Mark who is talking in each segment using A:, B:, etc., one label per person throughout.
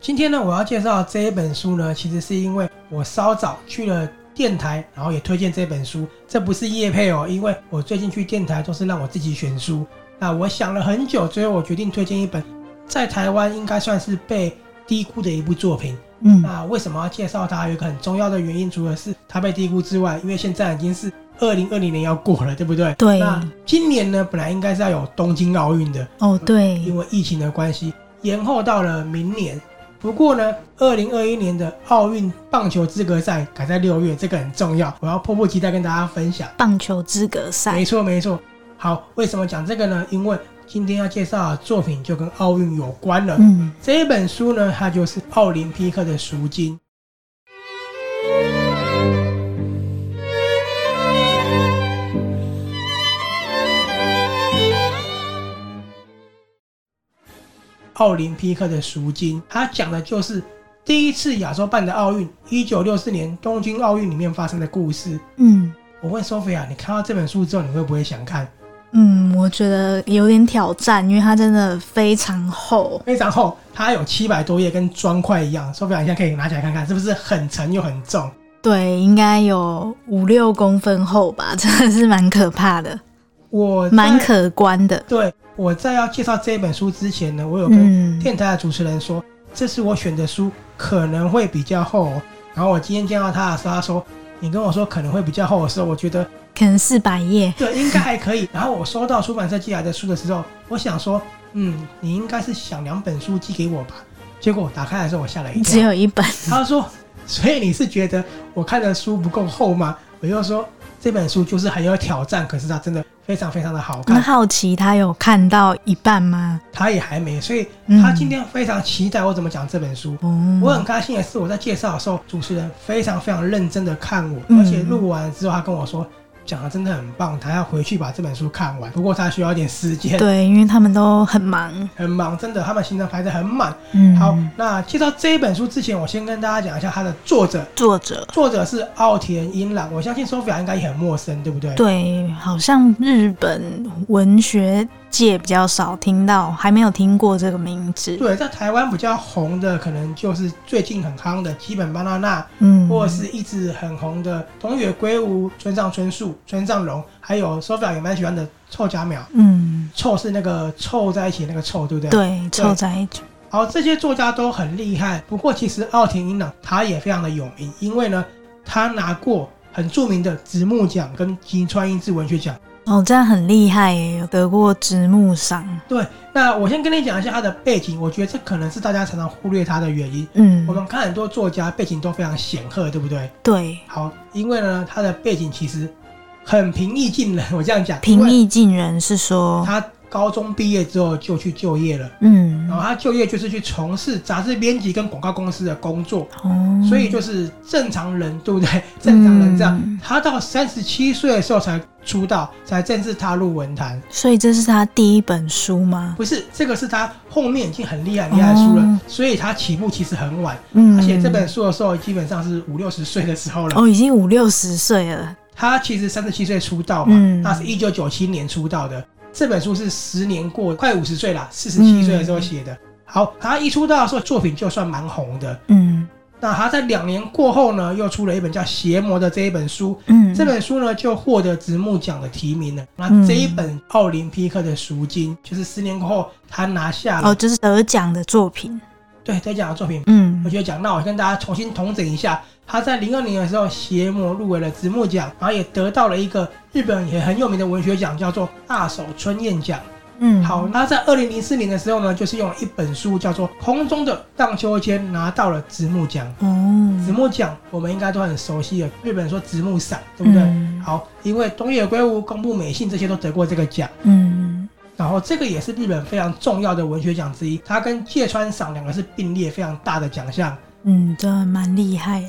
A: 今天呢，我要介绍这一本书呢，其实是因为我稍早去了电台，然后也推荐这本书。这不是叶配哦，因为我最近去电台都是让我自己选书。那我想了很久，最后我决定推荐一本在台湾应该算是被低估的一部作品。
B: 嗯
A: 那为什么要介绍它？有一个很重要的原因，除了是它被低估之外，因为现在已经是二零二零年要过了，对不对？
B: 对
A: 那今年呢，本来应该是要有东京奥运的，
B: 哦，对
A: 因，为疫情的关系，延后到了明年。不过呢，二零二一年的奥运棒球资格赛改在六月，这个很重要，我要迫不及待跟大家分享。
B: 棒球资格赛
A: 没，错，没错。好，为什么讲这个呢？因为今天要介绍的作品就跟奥运有关了。
B: 嗯，
A: 这一本书呢，它就是奥林匹克的赎金。奥林匹克的赎金，它讲的就是第一次亚洲办的奥运，一九六四年东京奥运里面发生的故事。
B: 嗯
A: 我问 Sophia，你看到这本书之后，你会不会想看？
B: 嗯，我觉得有点挑战，因为它真的非常厚。
A: 非常厚，它有七百多页，跟砖块一样。Sophia，你现在可以拿起来看看，是不是很沉又很重？
B: 对，应该有五六公分厚吧， 真的是蛮可怕的，
A: 我在
B: 蛮可观的。
A: 对。我在要介绍这本书之前呢，我有跟
B: 嗯，
A: 电台的主持人说，这是我选的书，可能会比较厚哦。然后我今天见到他的时候，他说：“你跟我说可能会比较厚的时候，我觉得
B: 可能四百页。
A: 对，应该还可 以。”然后我收到出版社寄来的书的时候，我想说：“嗯，你应该是想两本书寄给我吧？”结果我打开的时候，我吓了一
B: 只
A: 跳。
B: 有一本，
A: 他说：“所以你是觉得我看的书不够厚吗？”我就说：“这本书就是很有挑战，可是它真的非常非常的好看。”
B: 那好奇他有看到一半吗？
A: 他也还没，所以
B: 嗯
A: 他今天非常期待我怎么讲这本书。
B: 哦，
A: 我很开心的是，我在介绍的时候，主持人非常非常认真的看我，
B: 嗯
A: 而且录完之后，他跟我说讲的真的很棒，他要回去把这本书看完。不过他需要一点时间，
B: 对，因为他们都很忙。
A: 很忙，真的，他们行程排得很满。
B: 嗯，
A: 好，那介绍这一本书之前，我先跟大家讲一下它的作者，
B: 作者
A: 作者是奥田英朗，我相信 Sophia 应该也很陌生，对不对？
B: 对，好像日本文学界比较少听到，还没有听过这个名字。
A: 对，在台湾比较红的，可能就是最近很夯的基本巴娜娜，
B: 嗯，
A: 或者是一直很红的东野圭吾、村上春树、村上隆，还有 Sophia 也蛮喜欢的臭假苗。
B: 嗯，
A: 臭是那个凑在一起那个臭，对不对？。
B: 对，凑在一起。
A: 好，这些作家都很厉害。不过其实奥田英朗他也非常的有名，因为呢，他拿过很著名的直木奖跟吉川英治文学奖。
B: 哦，这样很厉害耶，有得过直木赏。
A: 对，那我先跟你讲一下他的背景，我觉得这可能是大家常常忽略他的原因。
B: 嗯
A: 我，们看很多作家背景都非常显赫，对不对？
B: 对，
A: 好，因为呢，他的背景其实很平易近人。 我这样讲，因
B: 平
A: 为
B: 易近人是说，
A: 他高中毕业之后就去就业了，
B: 嗯
A: 然，后他就业就是去从事杂志编辑跟广告公司的工作，
B: 哦，
A: 所以就是正常人，对不 对？正常人这样。
B: 嗯
A: 他到三十七岁的时候才出道，才正式踏入文坛。
B: 所以这是他第一本书吗？
A: 不是，这个是他后面已经很厉害、很厉害的书了，
B: 哦
A: 所以他起步其实很晚。
B: 嗯，
A: 他写这本书的时候，基本上是五六十岁的时候了。
B: 哦，已经五六十岁了。
A: 他其实三十七岁出道嘛，
B: 嗯
A: 那是一九九七年出道的。这本书是十年过，快五十岁啦，四十七岁的时候写的。好，他一出道的时候作品就算蛮红的。
B: 嗯
A: 那他在两年过后呢，又出了一本叫《邪魔》的这一本书，
B: 嗯，
A: 这本书呢就获得直木奖的提名了。那
B: 嗯
A: 这一本奥林匹克的赎金，就是十年过后他拿下了、
B: 哦，就是得奖的作品。
A: 对得奖的作品。
B: 嗯
A: 我觉得讲，那我跟大家重新统整一下，他在零二年的时候，《邪魔》入围了直木奖，然后也得到了一个日本也很有名的文学奖，叫做大手春彦奖。
B: 嗯，
A: 好，那在二零零四年的时候呢，就是用了一本书叫做《空中的荡秋千》拿到了直木奖。
B: 哦，
A: 直木奖我们应该都很熟悉了，日本说直木赏，对不对？
B: 嗯
A: 好，因为东野圭吾、宫部美幸这些都得过这个奖。
B: 嗯
A: 然后这个也是日本非常重要的文学奖之一，它跟芥川赏两个是并列非常大的奖项。
B: 嗯，真的蛮厉害的。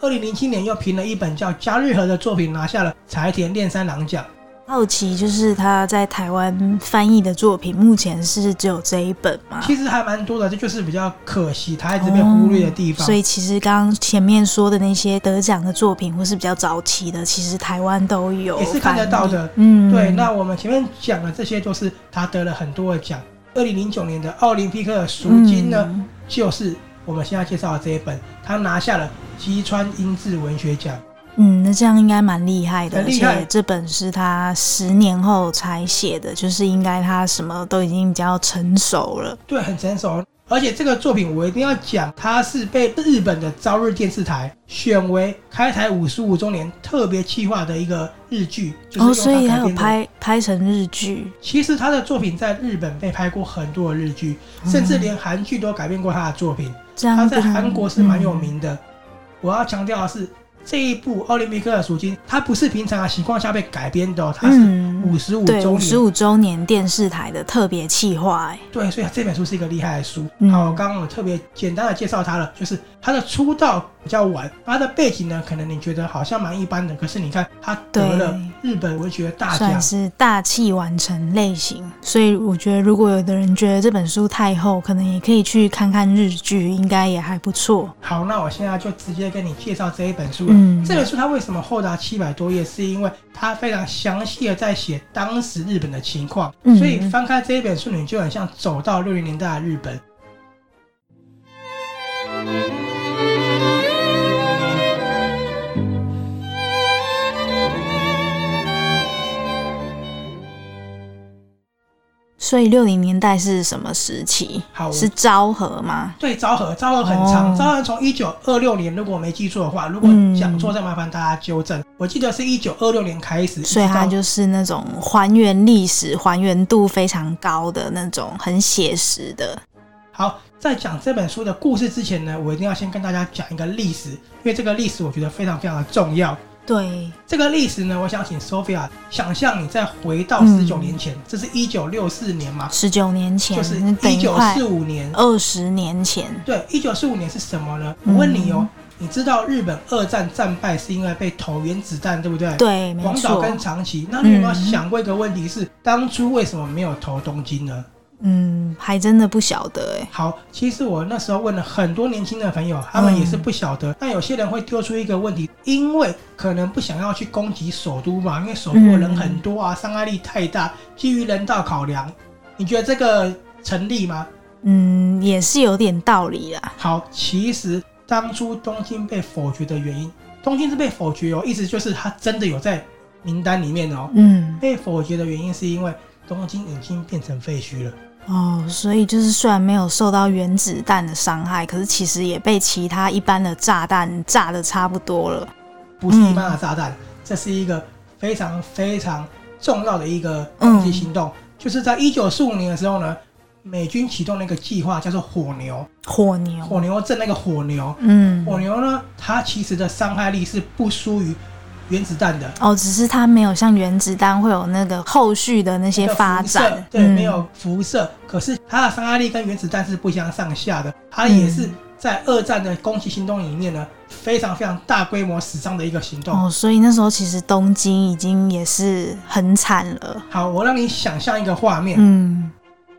A: 二零零七年又凭了一本叫《加日和》的作品拿下了柴田炼三郎奖。
B: 好奇就是他在台湾翻译的作品，目前是只有这一本嘛？
A: 其实还蛮多的，这就是比较可惜，他一直被忽略的地方。
B: 哦所以其实刚刚前面说的那些得奖的作品，或是比较早期的，其实台湾都有
A: 也是看得到的
B: 翻译。嗯，
A: 对，那我们前面讲的这些都是他得了很多的奖。二零零九年的奥林匹克赎金呢，
B: 嗯
A: 就是我们现在介绍的这一本，他拿下了西川英治文学奖。
B: 嗯，那这样应该蛮厉害的，
A: 很
B: 而
A: 厉害
B: 且这本是他十年后才写的，就是应该他什么都已经比较成熟了。
A: 对，很成熟。而且这个作品我一定要讲，它是被日本的朝日电视台选为开台五十五周年特别企划的一个日剧，
B: 哦，
A: 就是
B: 所
A: 用
B: 以
A: 它
B: 他
A: 改
B: 有
A: 编的。
B: 拍拍成日剧，
A: 其实他的作品在日本被拍过很多的日剧，
B: 哦
A: 甚至连韩剧都改编过他的作品。
B: 这样
A: 他在
B: 不能
A: 韩国是蛮有、名
B: 嗯
A: 的。我要强调的是，这一部《奥林匹克的赎金》，它不是平常的情况下被改编的、哦，它是
B: 嗯
A: 五十五
B: 对
A: 周
B: 五
A: 年
B: 十五周年电视台的特别企划、哎，
A: 对，所以这本书是一个厉害的书。
B: 嗯
A: 好，刚刚我特别简单的介绍它了，就是它的出道比较晚，它的背景呢，可能你觉得好像蛮一般的，可是你看它得了日本文学大奖
B: 算，是大器晚成类型。所以我觉得，如果有的人觉得这本书太厚，可能也可以去看看日剧，应该也还不错。
A: 好，那我现在就直接跟你介绍这一本书了。
B: 嗯，
A: 这本书它为什么厚达七百多页，是因为它非常详细的在写当时日本的情况，
B: 嗯
A: 所以翻开这一本书，你就很像走到六零年代的日本。
B: 所以六零年代是什么时期？
A: 好，我
B: 是昭和吗？
A: 对，昭和，昭和很长，
B: 哦
A: 昭和从一九二六年，如果我没记错的话，如果
B: 嗯
A: 讲错再麻烦大家纠正。我记得是一九二六年开始，
B: 所以它就是那种还原历史、还原度非常高的那种，很写实的。
A: 好。在讲这本书的故事之前呢，我一定要先跟大家讲一个历史，因为这个历史我觉得非常非常的重要。
B: 对，
A: 这个历史呢，我想请 Sophia 想象你再回到十
B: 嗯
A: 九年前，这是一九六四年嘛，
B: 十九年前，
A: 就是
B: 等
A: 一
B: 于
A: 九
B: 快
A: 四五年。
B: 二十年前。
A: 对，一九四五年是什么呢？我问你哦，
B: 嗯
A: 你知道日本二战战败是因为被投原子弹，对不对？
B: 对，没
A: 广岛
B: 错。
A: 跟长崎，那你有没有
B: 嗯
A: 想过一个问题是，当初为什么没有投东京呢？
B: 嗯，还真的不晓得哎、
A: 好，其实我那时候问了很多年轻的朋友，他们也是不晓
B: 嗯
A: 得。但有些人会丢出一个问题，因为可能不想要去攻击首都嘛，因为首都的人很多
B: 嗯
A: 啊，伤害力太大。基于人道考量，你觉得这个成立吗？
B: 嗯，也是有点道理啦。
A: 好，其实当初东京被否决的原因，东京是被否决哦，意思就是它真的有在名单里面哦。
B: 嗯，
A: 被否决的原因是因为东京已经变成废墟了。
B: 哦，所以就是虽然没有受到原子弹的伤害，可是其实也被其他一般的炸弹炸的差不多了。
A: 不是一般的炸弹，这是一个非常非常重要的一个攻击行动。就是在一九四五年的时候呢，美军启动了一个计划，叫做火牛，
B: 火牛，
A: 火牛镇那个火牛。
B: 嗯，
A: 火牛呢，它其实的伤害力是不输于原子弹的。
B: 哦，只是它没有像原子弹会有那个后续的那些发
A: 那个
B: 展
A: 辐射，对，
B: 嗯
A: 没有辐射，可是它的伤害力跟原子弹是不相上下的。它也
B: 嗯
A: 是在二战的攻击行动里面呢，非常非常大规模死伤的一个行动。
B: 哦，所以那时候其实东京已经也是很惨了。
A: 好，我让你想象一个画面，
B: 嗯，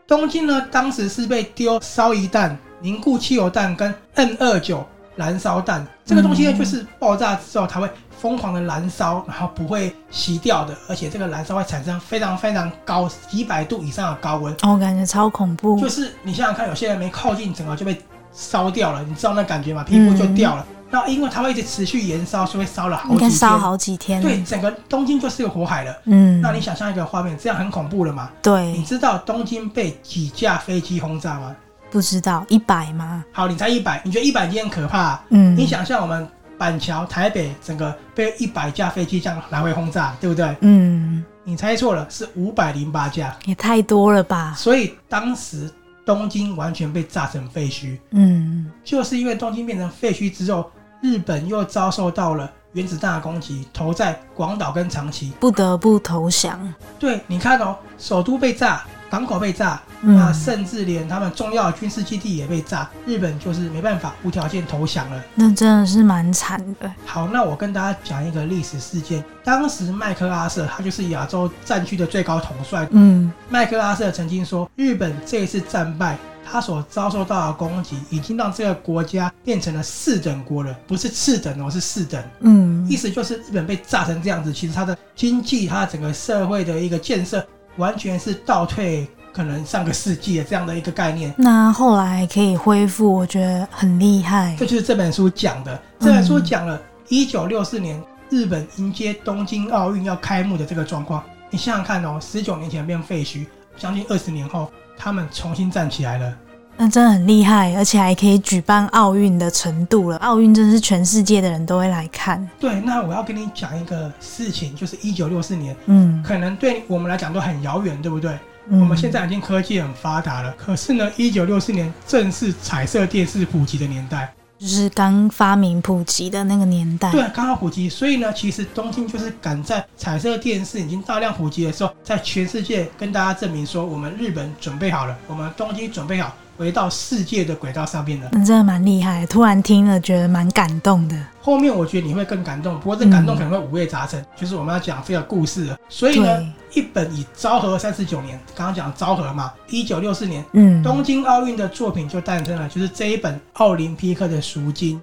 A: 东京呢，当时是被丢烧夷弹、凝固汽油弹跟 N 二九燃烧弹这个东西呢，
B: 嗯
A: 就是爆炸之后它会疯狂的燃烧，然后不会熄掉的，而且这个燃烧会产生非常非常高几百度以上的高温，
B: 哦，感觉超恐怖。
A: 就是你想想看，有些人没靠近，整个就被烧掉了，你知道那感觉
B: 嗯
A: 吗？皮肤就掉了。那因为它会一直持续燃烧，所以会烧了好
B: 应
A: 几
B: 该烧
A: 天。
B: 好几天。
A: 对，整个东京就是个火海了。
B: 嗯，
A: 那你想象一个画面，这样很恐怖了嘛？你
B: 对，
A: 知道东京被几架飞机轰炸吗？
B: 不知道一百吗？
A: 好，你猜一百，你觉得一百今天可怕、
B: 嗯，
A: 你，想象我们板桥、台北整个被一百架飞机这样来回轰炸，对不对？
B: 嗯，
A: 你猜错了，是五百零八架。
B: 也太多了吧？
A: 所以当时东京完全被炸成废墟，
B: 嗯，
A: 就是因为东京变成废墟之后，日本又遭受到了原子弹的攻击，投在广岛跟长崎。
B: 不得不投降。
A: 对，你看哦，首都被炸，港口被炸，
B: 嗯
A: 那甚至连他们重要的军事基地也被炸，日本就是没办法无条件投降了。
B: 那真的是蛮惨的。
A: 好，那我跟大家讲一个历史事件。当时麦克阿瑟他就是亚洲战区的最高统帅。
B: 嗯，
A: 麦克阿瑟曾经说，日本这一次战败，他所遭受到的攻击已经让这个国家变成了四等国了，不是次等哦，是四等。
B: 嗯
A: 意，思就是日本被炸成这样子，其实它的经济、它整个社会的一个建设完全是倒退可能上个世纪的这样的一个概念。
B: 那后来可以恢复，我觉得很厉害
A: 这。就是这本书讲的。这本书讲了一九六四年日本迎接东京奥运要开幕的这个状况。你想想看哦，十九年前变废墟，将近二十年后，他们重新站起来了。
B: 那真的很厉害，而且还可以举办奥运的程度了。奥运真是全世界的人都会来看。
A: 对，那我要跟你讲一个事情，就是一九六四年，
B: 嗯，
A: 可能对我们来讲都很遥远，对不对？
B: 嗯
A: 我们现在已经科技很发达了，可是呢，一九六四年正是彩色电视普及的年代。
B: 就是刚发明普及的那个年代。
A: 对，啊刚好普及，所以呢，其实东京就是赶在彩色电视已经大量普及的时候，在全世界跟大家证明说，我们日本准备好了，我们东京准备好，回到世界的轨道上面了。
B: 那真的蛮厉害，突然听了觉得蛮感动的。
A: 后面我觉得你会更感动，不过这感动可能会五味杂陈，
B: 嗯
A: 就是我们要讲这个故事了。所以呢，一本以昭和三十九年，刚刚讲昭和嘛，一九六四年
B: 嗯，
A: 东京奥运的作品就诞生了，就是这一本《奥林匹克的赎金》。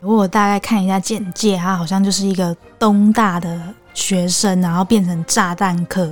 B: 我大概看一下简介，他好像就是一个东大的学生，然后变成炸弹客。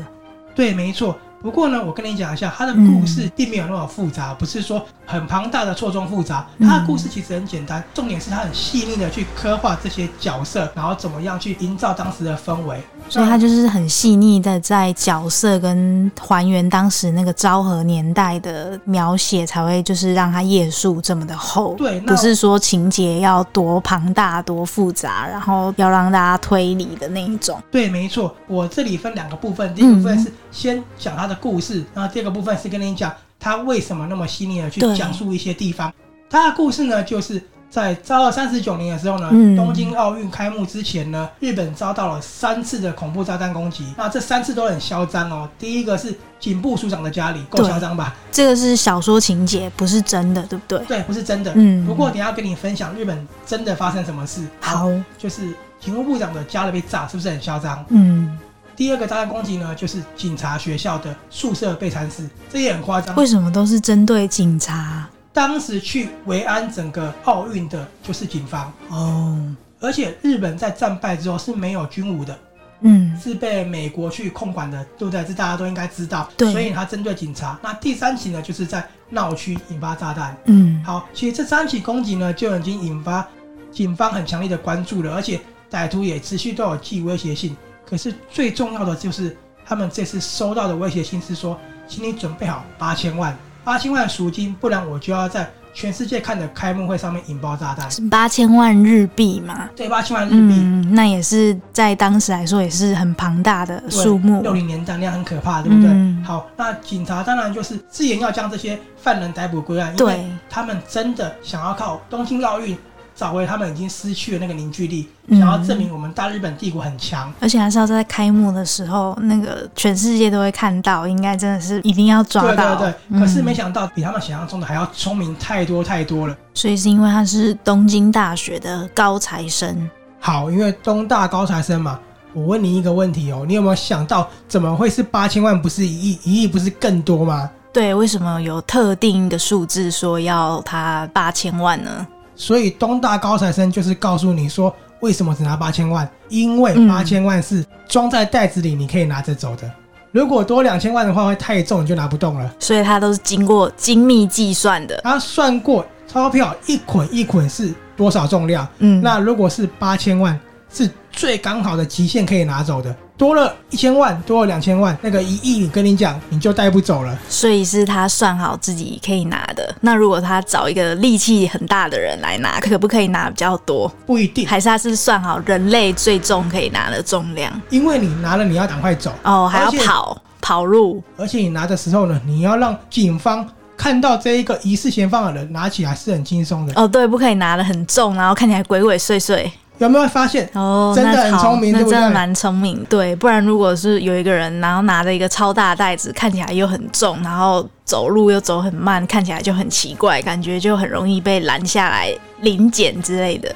A: 对，没错。不过呢，我跟你讲一下，它的故事
B: 嗯
A: 并没有那么复杂，不是说很庞大的错综复杂。
B: 嗯
A: 它的故事其实很简单，重点是它很细腻的去刻画这些角色，然后怎么样去营造当时的氛围。
B: 所以他就是很细腻的在角色跟还原当时那个昭和年代的描写，才会就是让他页数这么的厚。
A: 对那
B: 不是说情节要多庞大、多复杂，然后要让大家推理的那一种。
A: 对，没错。我这里分两个部分，第一个部
B: 嗯
A: 分是先讲它的故事，然后第二个部分是跟你讲它为什么那么细腻的去
B: 对
A: 讲述一些地方。它的故事呢，就是在昭和三十九年的时候呢，
B: 嗯
A: 东京奥运开幕之前呢，日本遭到了三次的恐怖炸弹攻击。那这三次都很嚣张哦。第一个是警部署长的家里，够
B: 对
A: 嚣张吧？
B: 这个是小说情节，不是真的，对不对？
A: 对，不是真的。
B: 嗯
A: 不过等一下要跟你分享日本真的发生什么事。
B: 好，
A: 就是警务部长的家里被炸，是不是很嚣张？
B: 嗯，
A: 第二个炸弹攻击呢，就是警察学校的宿舍被惨死，这也很夸张。
B: 为什么都是针对警察？
A: 当时去维安整个奥运的就是警方，
B: 哦，
A: 而且日本在战败之后是没有军武的，
B: 嗯，
A: 是被美国去控管的，对不对？这大家都应该知道。
B: 对
A: 所以他针对警察。那第三起呢，就是在闹区引发炸弹。
B: 嗯，
A: 好，其实这三起攻击呢，就已经引发警方很强烈的关注了，而且歹徒也持续都有寄威胁信。可是最重要的就是，他们这次收到的威胁信是说，请你准备好八千万，八千万赎金，不然我就要在全世界看的开幕会上面引爆炸弹。
B: 是八千万日币嘛？
A: 对，八千万日币，
B: 嗯，那也是在当时来说也是很庞大的数目。
A: 六零年代那样很可怕，对不对？
B: 嗯
A: 好，那警察当然就是自言要将这些犯人逮捕归案，因为
B: 对，
A: 他们真的想要靠东京奥运找回他们已经失去的那个凝聚力，
B: 嗯
A: 想要证明我们大日本帝国很强。
B: 而且还是要在开幕的时候，那个全世界都会看到，应该真的是一定要抓
A: 对
B: 到。嗯
A: 对对，可是没、想到比他们想象中的还要聪明太多太多了。
B: 所以是因为他是东京大学的高材生，
A: 好，因为东大高材生嘛，我问你一个问题哦，你有没有想到怎么会是八千万不是一亿，一亿不是更多吗？
B: 对，为什么有特定的数字说要他八千万呢？
A: 所以东大高材生就是告诉你说，为什么只拿八千万？因为
B: 嗯
A: 八千万是装在袋子里，你可以拿着走的。如果多两千万的话，会太重，你就拿不动了。
B: 所以他都是经过精密计算的。
A: 他算过钞票一捆一捆是多少重量，
B: 嗯，
A: 那如果是八千万，是最刚好的极限可以拿走的。多了一千万，多了两千万，那个一亿，跟你讲，你就带不走了。
B: 所以是他算好自己可以拿的。那如果他找一个力气很大的人来拿，可不可以拿比较多？
A: 不一定，
B: 还是他是算好人类最重可以拿的重量？
A: 因为你拿了，你要赶快走
B: 哦，还要
A: 而且
B: 跑跑路，
A: 而且你拿的时候呢，你要让警方看到这一个疑似嫌犯的人拿起来是很轻松的。
B: 哦，对，不可以拿的很重，然后看起来鬼鬼祟祟。
A: 有没有发现？
B: 哦，
A: 真的
B: 那
A: 很
B: 好
A: 聪明
B: 那
A: 对不
B: 真的
A: 对
B: 蛮聪明。对，不然如果是有一个人，然后拿着一个超大的袋子，看起来又很重，然后走路又走很慢，看起来就很奇怪，感觉就很容易被拦下来临检之类的。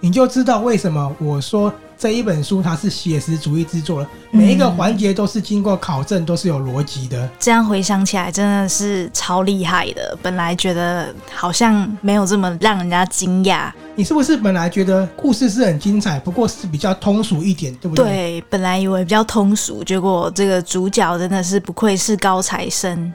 A: 你就知道为什么我说这一本书它是写实主义制作的，
B: 嗯
A: 每一个环节都是经过考证，都是有逻辑的。
B: 这样回想起来真的是超厉害的。本来觉得好像没有这么让人家惊讶，
A: 你是不是本来觉得故事是很精彩，不过是比较通俗一点，对不对？
B: 对，本来以为比较通俗，结果这个主角真的是不愧是高材生。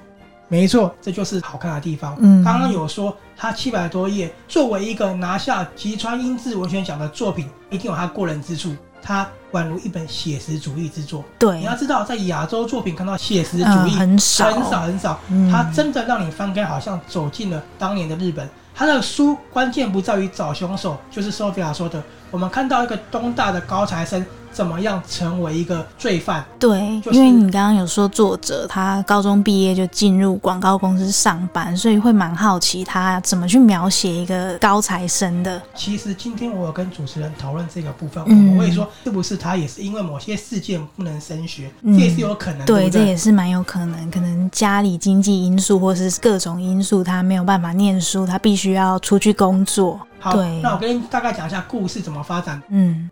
A: 没错，这就是好看的地方。
B: 嗯
A: 刚刚有说它七百多页，作为一个拿下吉川英治文学奖的作品，一定有它过人之处。它宛如一本写实主义之作。
B: 对
A: 你，要知道，在亚洲作品看到写实主
B: 嗯，
A: 义、
B: 很少，
A: 很少很少，
B: 嗯
A: 它真的让你翻开，好像走进了当年的日本。它的书关键不在于找凶手，就是 Sophia 说的，我们看到一个东大的高材生怎么样成为一个罪犯，
B: 对，
A: 就是
B: 因为你刚刚有说作者他高中毕业就进入广告公司上班，所以会蛮好奇他怎么去描写一个高材生的。
A: 其实今天我有跟主持人讨论这个部分，我
B: 嗯
A: 们会说是不是他也是因为某些事件不能升学，
B: 嗯
A: 这也是有可能，
B: 对，
A: 不
B: 这
A: 对？
B: 也是蛮有可能，可能家里经济因素或是各种因素，他没有办法念书，他必须要出去工作。
A: 好
B: 对，
A: 那我跟你大概讲一下故事怎么发展。
B: 嗯，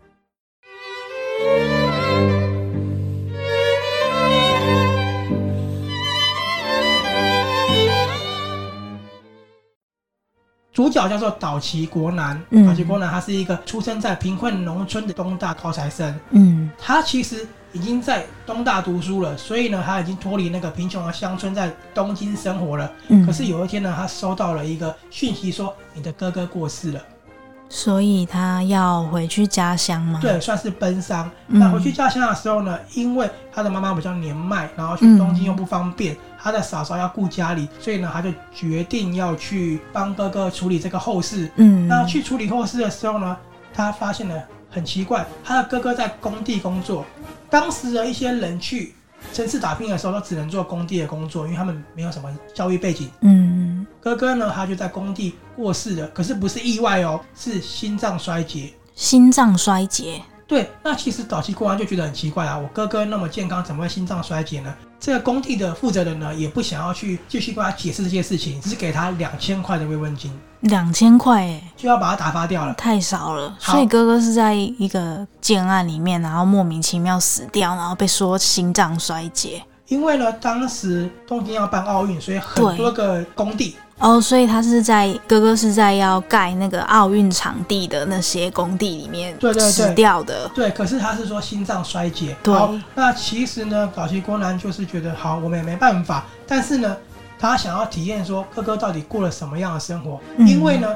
A: 主角叫做岛崎国男，
B: 嗯
A: 岛崎国男他是一个出生在贫困农村的东大高材生，
B: 嗯，
A: 他其实已经在东大读书了，所以呢，他已经脱离那个贫穷的乡村，在东京生活了。
B: 嗯，
A: 可是有一天呢，他收到了一个讯息说，你的哥哥过世了，
B: 所以他要回去家乡吗？，
A: 对，算是奔丧。
B: 啊嗯
A: 那回去家乡的时候呢，因为他的妈妈比较年迈，然后去东京又不方
B: 嗯
A: 便，他的嫂嫂要顾家里，所以呢，他就决定要去帮哥哥处理这个后事。
B: 嗯，
A: 那去处理后事的时候呢，他发现了很奇怪，他的哥哥在工地工作。当时的一些人去城市打拼的时候，都只能做工地的工作，因为他们没有什么教育背景。
B: 嗯，
A: 哥哥呢，他就在工地过世了，可是不是意外哦，是心脏衰竭。
B: 心脏衰竭，
A: 对，那其实早期过完就觉得很奇怪啊，我哥哥那么健康，怎么会心脏衰竭呢？这个工地的负责人呢，也不想要去继续跟他解释这些事情，只是给他两千块的慰问金，
B: 两千块哎。
A: 就要把他打发掉了。
B: 太少了，
A: 好
B: 所以哥哥是在一个建案里面，然后莫名其妙死掉，然后被说心脏衰竭。
A: 因为呢，当时东京要办奥运，所以很多个工地，
B: 哦，所以他是在哥哥是在要盖那个奥运场地的那些工地里面
A: 对对对
B: 死掉的。
A: 对，可是他是说心脏衰竭。
B: 对
A: 好，那其实呢，早期郭南就是觉得好，我们也没办法，但是呢，他想要体验说哥哥到底过了什么样的生活，
B: 嗯
A: 因为呢。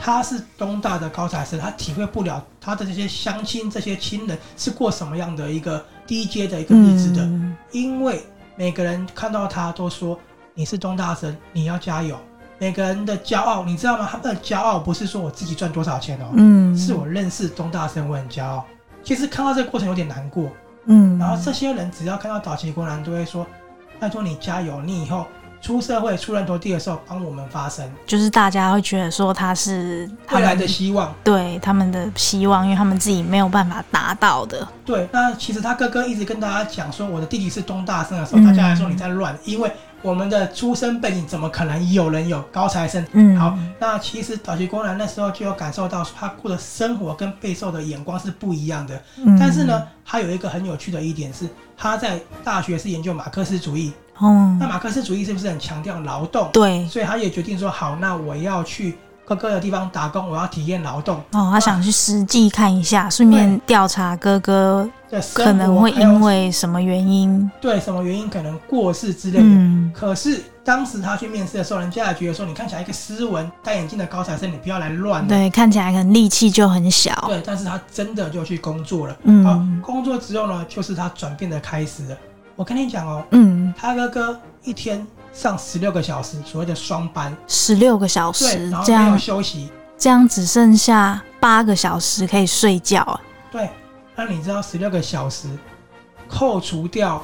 A: 他是东大的高材生，他体会不了他的这些乡亲、这些亲人是过什么样的一个低阶的一个日子的，
B: 嗯，
A: 因为每个人看到他都说你是东大生，你要加油。每个人的骄傲，你知道吗？他们的骄傲不是说我自己赚多少钱哦，
B: 嗯
A: 是我认识东大生，我很骄傲。其实看到这个过程有点难过。
B: 嗯，
A: 然后这些人只要看到早期国男，都会说：“拜托你加油，你以后出社会、出人头地的时候，帮我们发声，
B: 就是大家会觉得说他是他
A: 未
B: 们
A: 来的希望。
B: 对他们的希望，因为他们自己没有办法达到的。”
A: 对，那其实他哥哥一直跟大家讲说，我的弟弟是东大生的时候，
B: 嗯
A: 大家还说你在乱，因为我们的出身背景怎么可能有人有高材生？
B: 嗯，
A: 好，那其实早期光南那时候就有感受到，他过的生活跟备受的眼光是不一样的。
B: 嗯
A: 但是，呢，他有一个很有趣的一点是，他在大学是研究马克思主义，
B: 哦
A: 那，马克思主义是不是很强调劳动？
B: 对，
A: 所以他也决定说，好，那我要去各个的地方打工，我要体验劳动
B: 哦，他想去实际看一下，顺便调查哥哥
A: 的生活，
B: 可能会
A: 还有
B: 因为什么原因，
A: 对什么原因可能过世之类的。
B: 嗯
A: 可是当时他去面试的时候，人家也觉得说，你看起来一个斯文、戴眼镜的高材生，你不要来乱。
B: 对，看起来可能力气就很小，
A: 对，但是他真的就去工作了。好
B: 嗯，
A: 工作之后呢，就是他转变的开始了。我跟你讲哦，
B: 嗯，
A: 他哥哥一天上十六个小时，所谓的双班，
B: 十六个小
A: 对，
B: 时
A: 然后
B: 这
A: 没有
B: 样，
A: 休息，
B: 这样只剩下八个小时可以睡觉啊，
A: 对。那你知道十六个小时，扣除掉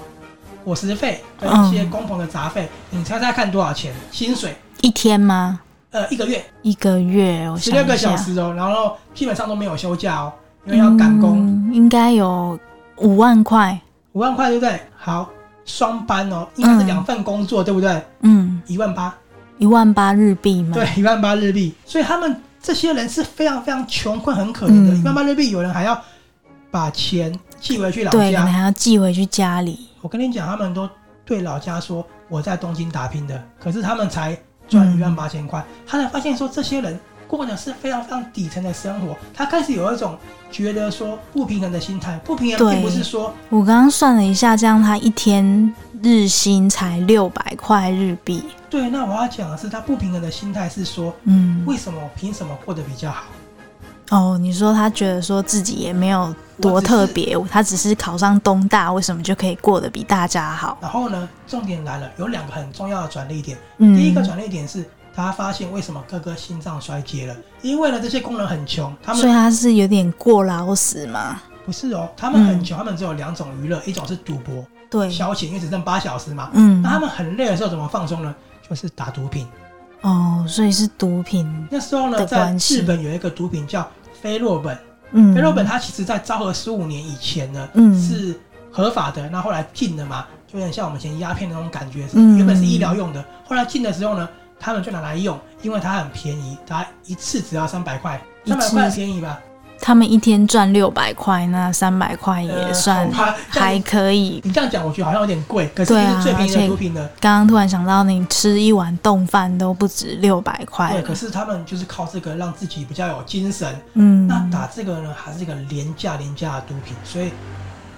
A: 伙食费跟一些
B: 嗯
A: 工棚的杂费，你猜猜看多少钱？薪水？
B: 一天吗？
A: 呃，一个月
B: 一个月，我
A: 十
B: 想
A: 六
B: 一
A: 个
B: 下
A: 小，时哦，然后基本上都没有休假哦，因为要赶工，
B: 嗯，应该有五万块，
A: 五、万块对不对？好，双班哦，应该是
B: 嗯
A: 两份工作、对不对？
B: 嗯，
A: 一万八，
B: 一万八日币吗？
A: 对，一万八日币。所以他们这些人是非常非常穷困、很可怜的。
B: 嗯
A: 一万八日币，有人还要把钱寄回去老
B: 对，你
A: 家。
B: 还要寄回去家里。
A: 我跟你讲，他们都对老家说我在东京打拼的，可是他们才
B: 嗯
A: 赚一万八千块。他才发现说，这些人过的是非常非常底层的生活。他开始有一种觉得说不平衡的心态。不平衡
B: 对
A: 并不是说
B: 我刚刚算了一下，这样他一天日薪才六百块日币。
A: 对那我要讲的是，他不平衡的心态是说，
B: 嗯，
A: 为什么我凭什么过得比较好？
B: 哦，你说他觉得说自己也没有多特别，他只是考上东大，为什么就可以过得比大家好？
A: 然后呢，重点来了，有两个很重要的转捩点。
B: 嗯，
A: 第一个转捩点是他发现为什么哥哥心脏衰竭了，因为呢这些工人很穷，他
B: 所以
A: 们
B: 他是有点过劳死嘛？
A: 不是哦，他们很
B: 嗯
A: 穷，他们只有两种娱乐，一种是赌博
B: 对，
A: 消遣，因为只剩八小时嘛。
B: 嗯
A: 那，他们很累的时候怎么放松呢？就是打毒品。
B: 哦，所以是毒品，
A: 那时候呢，
B: 的
A: 在
B: 关系
A: 日本有一个毒品叫菲洛本，
B: 嗯，
A: 菲洛本它其实在昭和十五年以前呢、
B: 嗯
A: 是合法的，那后来禁了嘛，就有点像我们以前鸦片那种感觉，是
B: 嗯
A: 原本是医疗用的，后来禁的时候呢，他们就拿来用，因为它很便宜，它一次只要三百块，
B: 一
A: 三
B: 次
A: 百块很便宜吧？
B: 他们一天赚六百块，那三百块也算
A: 呃好吧这样
B: 还可以。
A: 你这样讲，我觉得好像有点贵，可是
B: 对
A: 这
B: 啊
A: 是最便宜
B: 而
A: 的
B: 且
A: 毒品的。
B: 刚刚突然想到，你吃一碗冻饭都不止六百块
A: 对，可
B: 了，
A: 是他们就是靠这个让自己比较有精神。
B: 嗯，
A: 那打这个呢，还是一个廉价廉价的毒品，所以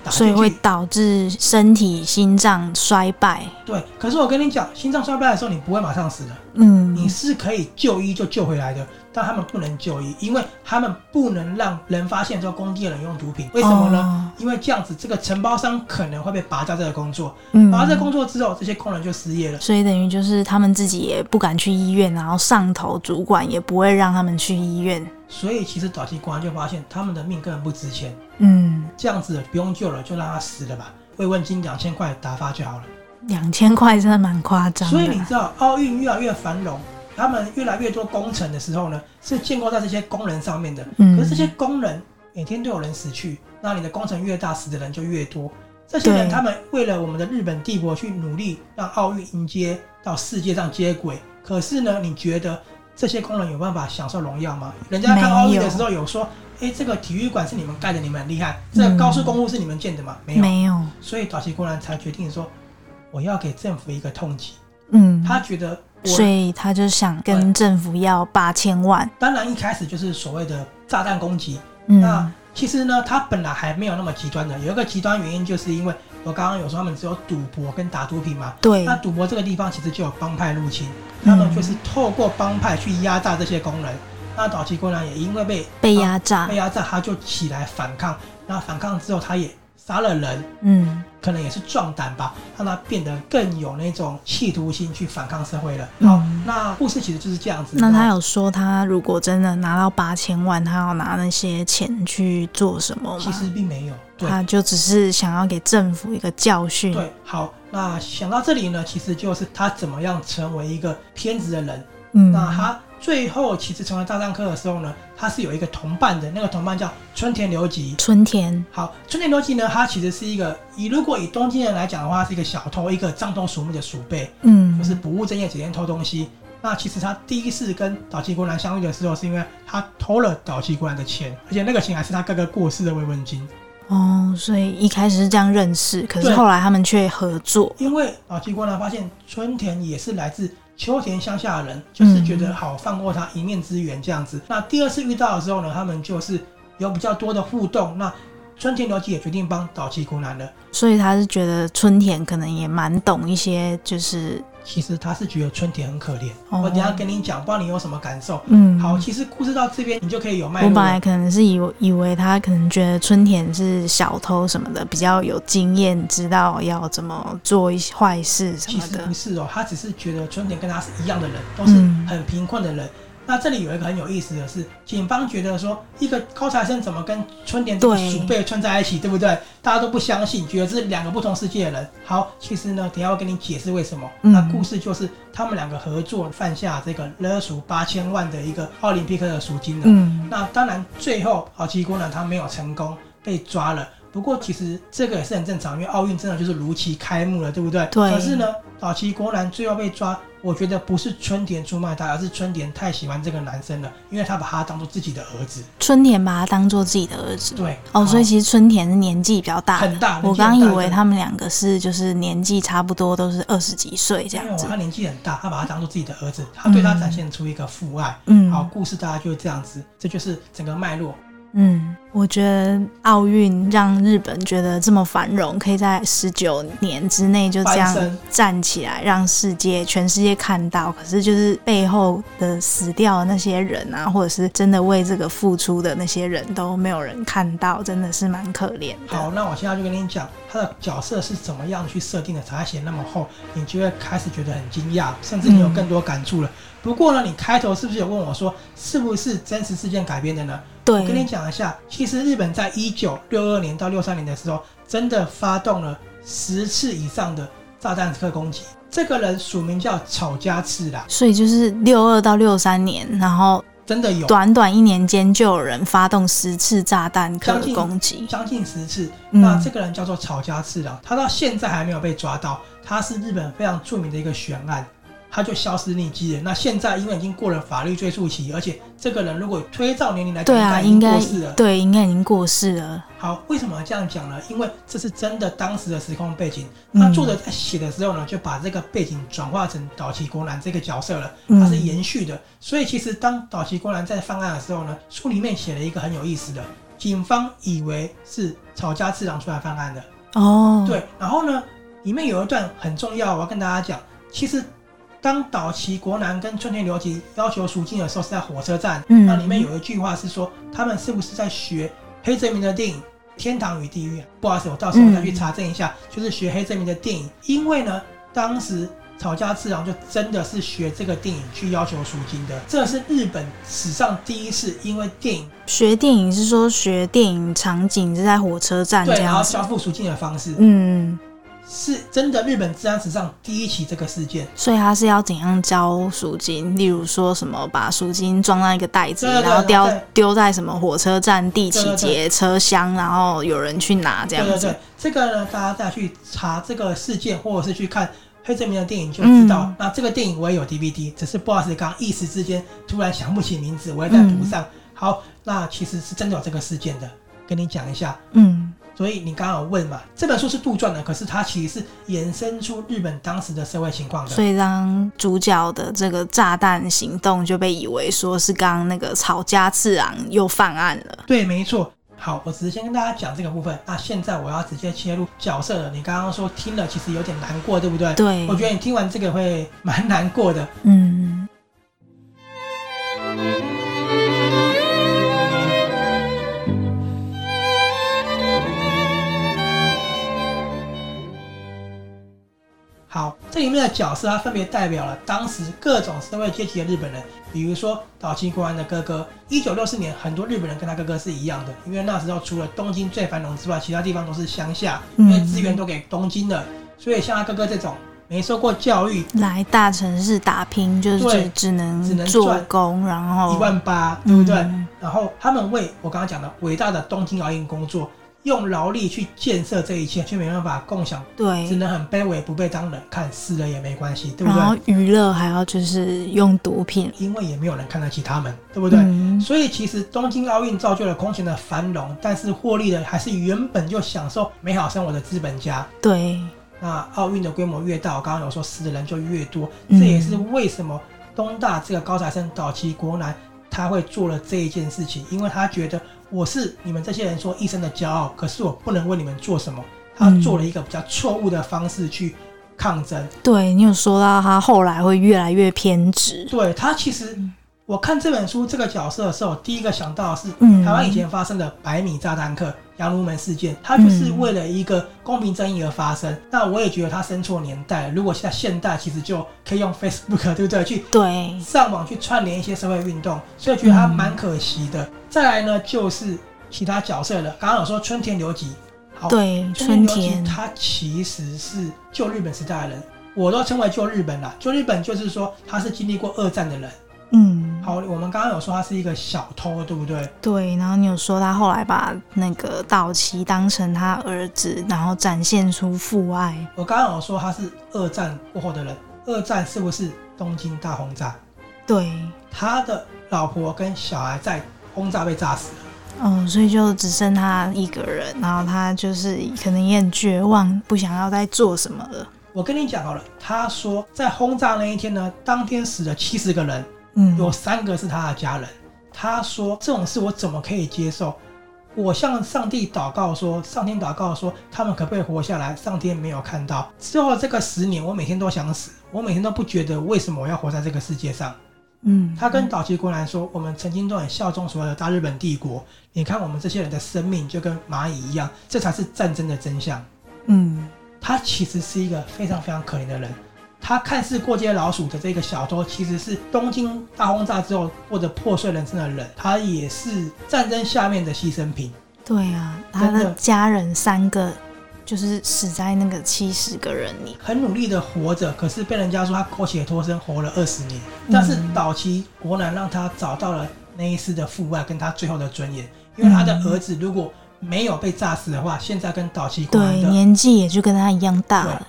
A: 打
B: 所
A: 进
B: 以
A: 去
B: 会导致身体心脏衰败。
A: 对。可是我跟你讲，心脏衰败的时候，你不会马上死的，
B: 嗯，
A: 你是可以就医就救回来的，但他们不能就医，因为他们不能让人发现说工地的人用毒品，为什么呢？
B: 呢？
A: 因为这样子，这个承包商可能会被拔掉这个工作，
B: 嗯，
A: 拔掉这个工作之后，这些工人就失业了。
B: 所以等于就是他们自己也不敢去医院，然后上头主管也不会让他们去医院。
A: 所以其实早期公安就发现他们的命根本不值钱，
B: 嗯，
A: 这样子不用救了，就让他死了吧，慰问金两千块打发就好了。
B: 两千块真的蛮夸张的。
A: 所以你知道，奥运越来越繁荣，他们越来越多工程的时候呢，是建构在这些工人上面的。
B: 嗯
A: 可是这些工人每天都有人死去，那你的工程越大，死的人就越多。这些人
B: 对
A: 他们为了我们的日本帝国去努力，让奥运迎接到世界上接轨。可是呢，你觉得这些工人有办法享受荣耀吗？人家看奥运的时候有说，哎、这个体育馆是你们盖的，你们很厉害；这个高速公路是你们建的吗？没有。
B: 嗯没有，
A: 所以早期工人才决定说，我要给政府一个痛击。
B: 嗯，
A: 他觉得
B: 所
A: 我
B: 以他就想跟政府要八千万。
A: 当然一开始就是所谓的炸弹攻击。那
B: 嗯，
A: 其实呢，他本来还没有那么极端的。有一个极端原因，就是因为我刚刚有说他们只有赌博跟打毒品嘛。
B: 对
A: 那，赌博这个地方其实就有帮派入侵，他们
B: 嗯
A: 就是透过帮派去压榨这些工人。那早期工人也因为被啊
B: 被压榨
A: 被。压榨，他就起来反抗。那反抗之后，他也杀了人，
B: 嗯，
A: 可能也是壮胆吧，让他变得更有那种企图心去反抗社会了。
B: 嗯
A: 好，那故事其实就是这样子。
B: 那他
A: 有。
B: 有说他如果真的拿到八千万，他要拿那些钱去做什么
A: 其
B: 吗？
A: 实并没有。对
B: 他就只是想要给政府一个教训。
A: 对，好，那想到这里呢，其实就是他怎么样成为一个偏执的人。
B: 嗯，
A: 那他最后其实成为大战客的时候呢，他是有一个同伴的，那个同伴叫春田留吉。
B: 春田，
A: 好，春田留吉呢，他其实是一个以如果以东京人来讲的话，他是一个小偷，一个獐头鼠目的鼠辈，
B: 嗯，
A: 就是不务正业，整天偷东西。那其实他第一次跟岛崎国男相遇的时候，是因为他偷了岛崎国男的钱，而且那个钱还是他哥哥过世的慰问金。
B: 哦，所以一开始是这样认识，可是
A: 对
B: 后来他们却合作。
A: 因为老机关呢发现春田也是来自秋田乡下的人，就是觉得
B: 嗯
A: 好放过他一面之缘这样子。那第二次遇到的时候呢，他们就是有比较多的互动。那春田留吉也决定帮岛崎国男了。
B: 所以他是觉得春田可能也蛮懂一些，就是
A: 其实他是觉得春田很可怜，
B: 哦
A: 我等一下跟你讲，不知道你有什么感受。
B: 嗯，
A: 好，其实故事到这边你就可以有脉
B: 我
A: 络
B: 本
A: 了
B: 来。可能是以为以为他可能觉得春田是小偷什么的，比较有经验，知道要怎么做一些坏事什
A: 其
B: 么
A: 实
B: 的
A: 不。是哦，他只是觉得春田跟他是一样的人，都是
B: 嗯
A: 很贫困的人。那这里有一个很有意思的是，警方觉得说，一个高材生怎么跟春田这个
B: 对
A: 鼠辈串在一起，对不对？大家都不相信，觉得这是两个不同世界的人。好，其实呢，等一下会跟你解释为什么。
B: 嗯
A: 那故事就是他们两个合作犯下这个勒赎八千万的一个奥林匹克的赎金了。
B: 嗯，
A: 那当然，最后好奇姑呢，他没有成功被抓了。不过其实这个也是很正常，因为奥运真的就是如期开幕了，对不对？
B: 对
A: 可是呢，岛崎国男最后被抓，我觉得不是春田出卖他，而是春田太喜欢这个男生了，因为他把他当做自己的儿子。
B: 春田把他当做自己的儿子。
A: 对，
B: 哦，所以
A: 好
B: 其实春田是年纪比较大的，
A: 很大
B: 我
A: 年纪很
B: 刚以
A: 大
B: 为
A: 对
B: 他们两个是就是年纪差不多，都是二十几岁
A: 没
B: 这样
A: 有啊
B: 子
A: 他。年纪很大，他把他当做自己的儿子，他对他展现出一个父爱。
B: 嗯，
A: 好，故事大概就是这样子，这就是整个脉络。
B: 嗯，我觉得奥运让日本觉得这么繁荣，可以在十九年之内就这样
A: 翻身
B: 站起来，让世界全世界看到。可是就是背后的死掉的那些人啊，或者是真的为这个付出的那些人都没有人看到，真的是蛮可怜的。
A: 好，那我现在就跟你讲他的角色是怎么样去设定的，才写那么厚，你就会开始觉得很惊讶，甚至你有更多感触了。不过呢，你开头是不是有问我说，是不是真实事件改编的呢？我跟你
B: 对，
A: 讲一下，其实日本在一九六二年到六三年的时候，真的发动了十次以上的炸弹客攻击。这个人署名叫草加次郎，
B: 所以就是六二到六三年，然后
A: 真的有
B: 短短一年间就有人发动十次炸弹客
A: 将近
B: 攻击。
A: 将近十次。
B: 嗯
A: 那这个人叫做草加次郎，他到现在还没有被抓到，他是日本非常著名的一个悬案，他就消失匿迹了。那现在因为已经过了法律追诉期，而且这个人如果推照年龄来讲，
B: 对啊，
A: 应
B: 应
A: 该
B: 该
A: 已经过世了。
B: 对，应该已经过世了。
A: 好，为什么这样讲呢？因为这是真的当时的时空背景。那作者在写的时候呢，就把这个背景转化成岛崎国男这个角色了，
B: 嗯
A: 它是延续的。所以其实当岛崎国男在犯案的时候呢，书里面写了一个很有意思的，警方以为是草加次郎出来犯案的，
B: 哦，
A: 对。然后呢，里面有一段很重要，我要跟大家讲，其实。当岛崎国男跟春田流吉要求赎金的时候，是在火车站。
B: 嗯
A: 那里面有一句话是说，他们是不是在学黑泽明的电影《天堂与地狱》啊？不好意思，我到时候再去查证一
B: 嗯
A: 下，就是学黑泽明的电影。因为呢，当时草加次郎就真的是学这个电影去要求赎金的，这是日本史上第一次因为电影
B: 学电影是说学电影场景是在火车站
A: 对
B: 这
A: 然后
B: 样子
A: 交。付赎金的方式，
B: 嗯，
A: 是真的日本治安史上第一起这个事件。
B: 所以他是要怎样交赎金？例如说什么把赎金装到一个袋子里，
A: 对对对
B: 然后丢
A: 对对
B: 丢在什么火车站
A: 对
B: 地起
A: 对对
B: 节车厢，然后有人去拿这样
A: 对对
B: 子。
A: 对，这个呢，大家再去查这个事件，或者是去看黑泽明的电影就知道。
B: 嗯
A: 那这个电影我也有 DVD，只是不好意思，刚刚一时之间突然想不起名字，我也在补
B: 嗯
A: 上。好，那其实是真的有这个事件的，跟你讲一下。
B: 嗯，
A: 所以你刚刚有问嘛，这本书是杜撰的，可是它其实是延伸出日本当时的社会情况的
B: 所。以让主角的这个炸弹行动就被以为说是刚刚那个草加次郎又犯案了。
A: 对，没错。好，我只是先跟大家讲这个部分。那现在我要直接切入角色了。你刚刚说听了其实有点难过，对不对？
B: 对
A: 我觉得你听完这个会蛮难过的。
B: 嗯，
A: 好，这里面的角色它啊分别代表了当时各种社会阶级的日本人，比如说岛崎国安的哥哥。一九六四年，很多日本人跟他哥哥是一样的，因为那时候除了东京最繁荣之外，其他地方都是乡下，因
B: 嗯
A: 为资源都给东京了，所以像他哥哥这种没受过教育，
B: 来大城市打拼就是
A: 对
B: 只只能
A: 只能
B: 做
A: 赚
B: 工，然后
A: 一万八，对不对？
B: 哦嗯
A: 然后他们为我刚刚讲的伟大的东京奥运工作，用劳力去建设这一切，却没办法共享，
B: 对，
A: 只能很卑微，不被当人看，死了也没关系，对不
B: 然
A: 对
B: 后？娱乐还要就是用毒品，
A: 因为也没有人看得起他们，对不对？
B: 嗯
A: 所以其实东京奥运造就了空前的繁荣，但是获利的还是原本就享受美好生活的资本家。
B: 对，
A: 那奥运的规模越大，我刚刚有说死的人就越多，这
B: 嗯
A: 也是为什么东大这个高材生岛崎国男他会做了这一件事情，因为他觉得我是你们这些人说一生的骄傲，可是我不能为你们做什么。他
B: 嗯
A: 做了一个比较错误的方式去抗争，
B: 对你有说到他后来会越来越偏执，
A: 对他其实，我看这本书这个角色的时候，第一个想到的是
B: 嗯
A: 台湾以前发生的百米炸弹客杨如门事件，他就是为了一个公平正义而发生。那我也觉得他生错年代，如果在现代，其实就可以用 Facebook 对不对去
B: 对，
A: 上网去串联一些社会运动，所以觉得他蛮可惜的。再来呢，就是其他角色了，刚刚有说春田留吉，好，
B: 对，
A: 春
B: 春
A: 田
B: 田，
A: 他其实是旧日本时代的人，我都称为旧日本啦。旧日本就是说他是经历过二战的人。
B: 嗯，
A: 好，我们刚刚有说他是一个小偷，对不对？
B: 对，然后你有说他后来把那个道奇当成他儿子，然后展现出父爱，
A: 我刚刚有说他是二战过后的人，二战是不是东京大轰炸？
B: 对，
A: 他的老婆跟小孩在轰炸被炸死了。
B: 嗯，所以就只剩他一个人，然后他就是可能也很绝望，不想要再做什么了。
A: 我跟你讲好了，他说在轰炸那一天呢，当天死了七十个人，
B: 嗯，
A: 有三个是他的家人。他说这种事我怎么可以接受？我向上帝祷告说，上天祷告说他们可不可以活下来？上天没有看到。之后这个十年，我每天都想死，我每天都不觉得为什么我要活在这个世界上。
B: 嗯，
A: 他跟岛崎国男说：“我们曾经都很效忠所谓的大日本帝国，你看我们这些人的生命就跟蚂蚁一样，这才是战争的真相。”
B: 嗯
A: 他其实是一个非常非常可怜的人。他看似过街老鼠的这个小偷，其实是东京大轰炸之后过着破碎人生的人，他也是战争下面的牺牲品。
B: 对啊，他
A: 真的
B: 的家人三个就是死在那个七十个人里。
A: 很努力的活着，可是被人家说他苟且偷生活了二十年。但是
B: 嗯
A: 岛崎国男让他找到了那一丝的父爱跟他最后的尊严，因为他的儿子如果没有被炸死的话，现在跟岛崎国男
B: 对，
A: 的
B: 年纪也就跟他一样大
A: 对
B: 了。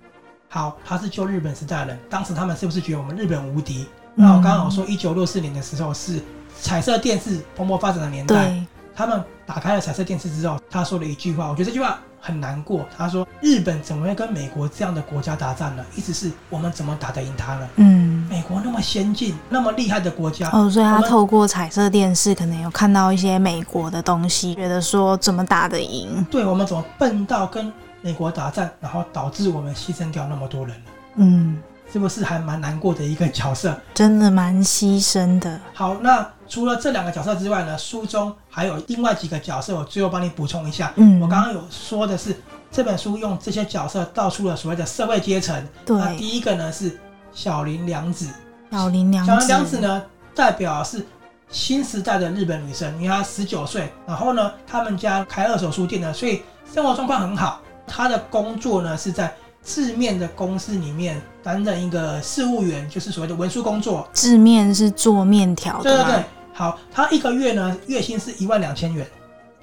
A: 好，他是救日本时代的人，当时他们是不是觉得我们日本无敌？
B: 嗯
A: 那我刚好说，一九六四年的时候是彩色电视蓬勃发展的年代，
B: 对，
A: 他们打开了彩色电视之后，他说了一句话，我觉得这句话很难过。他说：“日本怎么会跟美国这样的国家打仗呢？意思是我们怎么打得赢他呢？
B: 嗯，
A: 美国那么先进、那么厉害的国家，
B: 哦，所以
A: 啊我
B: 他
A: 们
B: 透过彩色电视，可能有看到一些美国的东西，觉得说怎么打得赢。
A: 对我们怎么笨到跟美国打仗，然后导致我们牺牲掉那么多人了？
B: 嗯，
A: 是不是还蛮难过的一个角色？”
B: 真的蛮牺牲的。
A: 好，那除了这两个角色之外呢，书中还有另外几个角色，我最后帮你补充一下。
B: 嗯，
A: 我刚刚有说的是，这本书用这些角色道出了所谓的社会阶层。那
B: 对
A: 第一个呢是小林良子，
B: 小林良
A: 小林良子呢代表是新时代的日本女生，因为她十九岁，然后呢他们家开二手书店呢，所以生活状况很好。她的工作呢是在字面的公司里面担任一个事务员，就是所谓的文书工作。
B: 字面是做面条
A: 对
B: 的
A: 对
B: 嘛？
A: 对，好，他一个月呢，月薪是一万两千元，